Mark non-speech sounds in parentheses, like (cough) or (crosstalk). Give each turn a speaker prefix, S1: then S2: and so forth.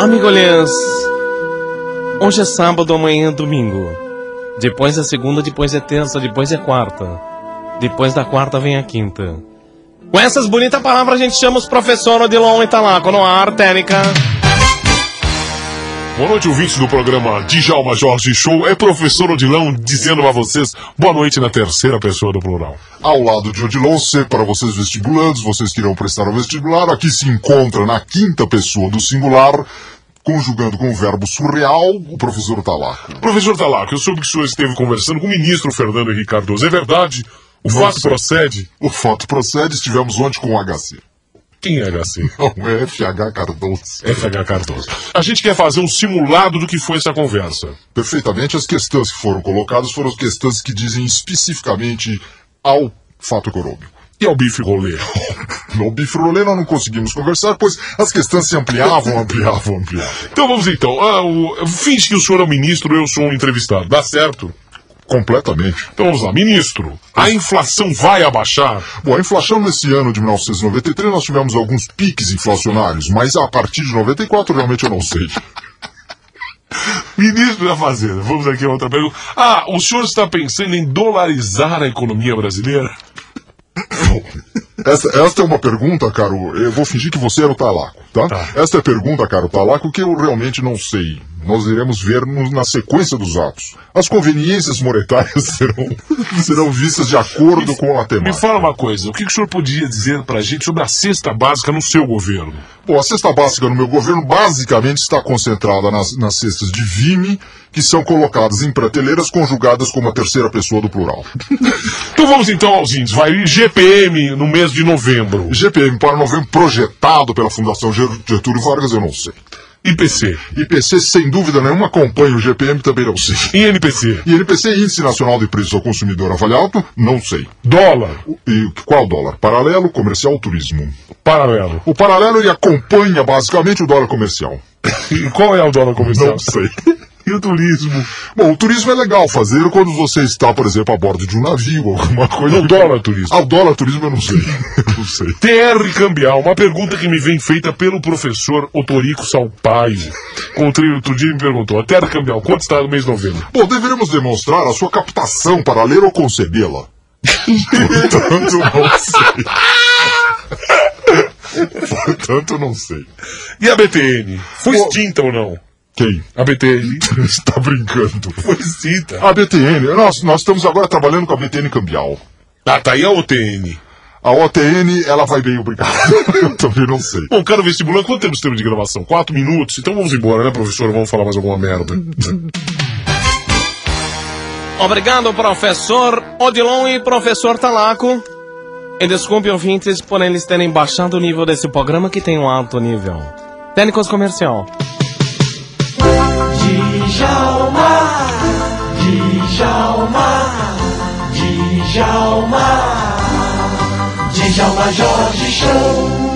S1: Amigolhens, hoje é sábado, amanhã é domingo. Depois é segunda, depois é terça, depois é quarta. Depois da quarta vem a quinta. Com essas bonitas palavras a gente chama os professor Odilon Italaco no ar, técnica.
S2: Boa noite, ouvintes do programa Djalma Jorge Show. É professor Odilon dizendo a vocês boa noite na terceira pessoa do plural.
S3: Ao lado de Odilon C, para vocês vestibulantes, vocês que irão prestar o vestibular, aqui se encontra na quinta pessoa do singular, conjugando com o verbo surreal, o professor tá Talaco.
S2: Professor Talaco, eu soube que o senhor esteve conversando com o ministro Fernando Henrique Cardoso. É verdade? O fato
S3: sei.
S2: procede?
S3: O fato procede, estivemos ontem com o HC.
S2: Quem é HC?
S3: Não é FH Cardoso.
S2: FH Cardoso. A gente quer fazer um simulado do que foi essa conversa.
S3: Perfeitamente, as questões que foram colocadas foram as questões que dizem especificamente ao fato econômico.
S2: E ao é bife rolê?
S3: (laughs) No bifrolê nós não conseguimos conversar, pois as questões se ampliavam, ampliavam, ampliavam.
S2: Então vamos então. Ah, o... Finge que o senhor é o ministro, eu sou um entrevistado. Dá certo?
S3: Completamente.
S2: Então vamos lá. Ministro, a inflação vai abaixar?
S3: Bom, a inflação nesse ano de 1993 nós tivemos alguns piques inflacionários, mas a partir de 94 realmente eu não sei.
S2: Ministro da Fazenda, vamos aqui a outra pergunta. Ah, o senhor está pensando em dolarizar a economia brasileira?
S3: Esta, esta é uma pergunta, caro. Eu vou fingir que você era o Talaco, tá? Esta é a pergunta, caro Talaco, que eu realmente não sei. Nós iremos ver no- na sequência dos atos. As conveniências monetárias (laughs) serão, serão vistas de acordo com a
S2: Me
S3: temática.
S2: fala uma coisa, o que que o senhor podia dizer pra gente sobre a cesta básica no seu governo?
S3: Bom, a cesta básica no meu governo basicamente está concentrada nas, nas cestas de vime, que são colocadas em prateleiras conjugadas como a terceira pessoa do plural.
S2: Então vamos então aos índios, vai vir GPM no mês de novembro,
S3: GPM para novembro projetado pela Fundação Ger- Getúlio Vargas, eu não sei.
S2: IPC,
S3: IPC, sem dúvida nenhuma, acompanha o GPM, também não sei.
S2: INPC,
S3: E NPC, Índice Nacional de Preços ao Consumidor avaliado, não sei.
S2: dólar,
S3: E qual dólar? Paralelo, comercial, turismo.
S2: paralelo.
S3: O paralelo ele acompanha basicamente o dólar comercial.
S2: E qual é o dólar comercial?
S3: Não sei.
S2: (laughs) E o turismo?
S3: Bom, o turismo é legal fazer quando você está, por exemplo, a bordo de um navio ou alguma coisa.
S2: O dólar é turismo.
S3: Ah, o dólar turismo eu não sei. não sei.
S2: TR Cambial, uma pergunta que me vem feita pelo professor Otorico Salpaio. Encontrei outro dia e me perguntou, a TR Cambial, quanto está no mês de novembro?
S3: Bom, deveremos demonstrar a sua captação para ler ou concebê-la. Portanto, não sei. Portanto, não sei.
S2: E a BTN? Foi
S3: Pô.
S2: extinta ou não?
S3: Quem?
S2: A BTN?
S3: está brincando.
S2: (laughs) Foi extinta.
S3: A BTN, nós, nós estamos agora trabalhando com a BTN cambial.
S2: Ah, tá aí a OTN.
S3: A OTN, ela vai bem, obrigado. (laughs) Eu também não sei.
S2: Bom, cara vestibular, quanto tempo temos de gravação? Quatro minutos? Então vamos embora, né, professor? Vamos falar mais alguma merda.
S1: Obrigado, professor Odilon e professor Talaco. E desculpe, ouvintes, por eles terem baixado o nível desse programa que tem um alto nível. Técnicos Comercial.
S4: Djalma, Djalma, Djalma, Djalma Jorge Show.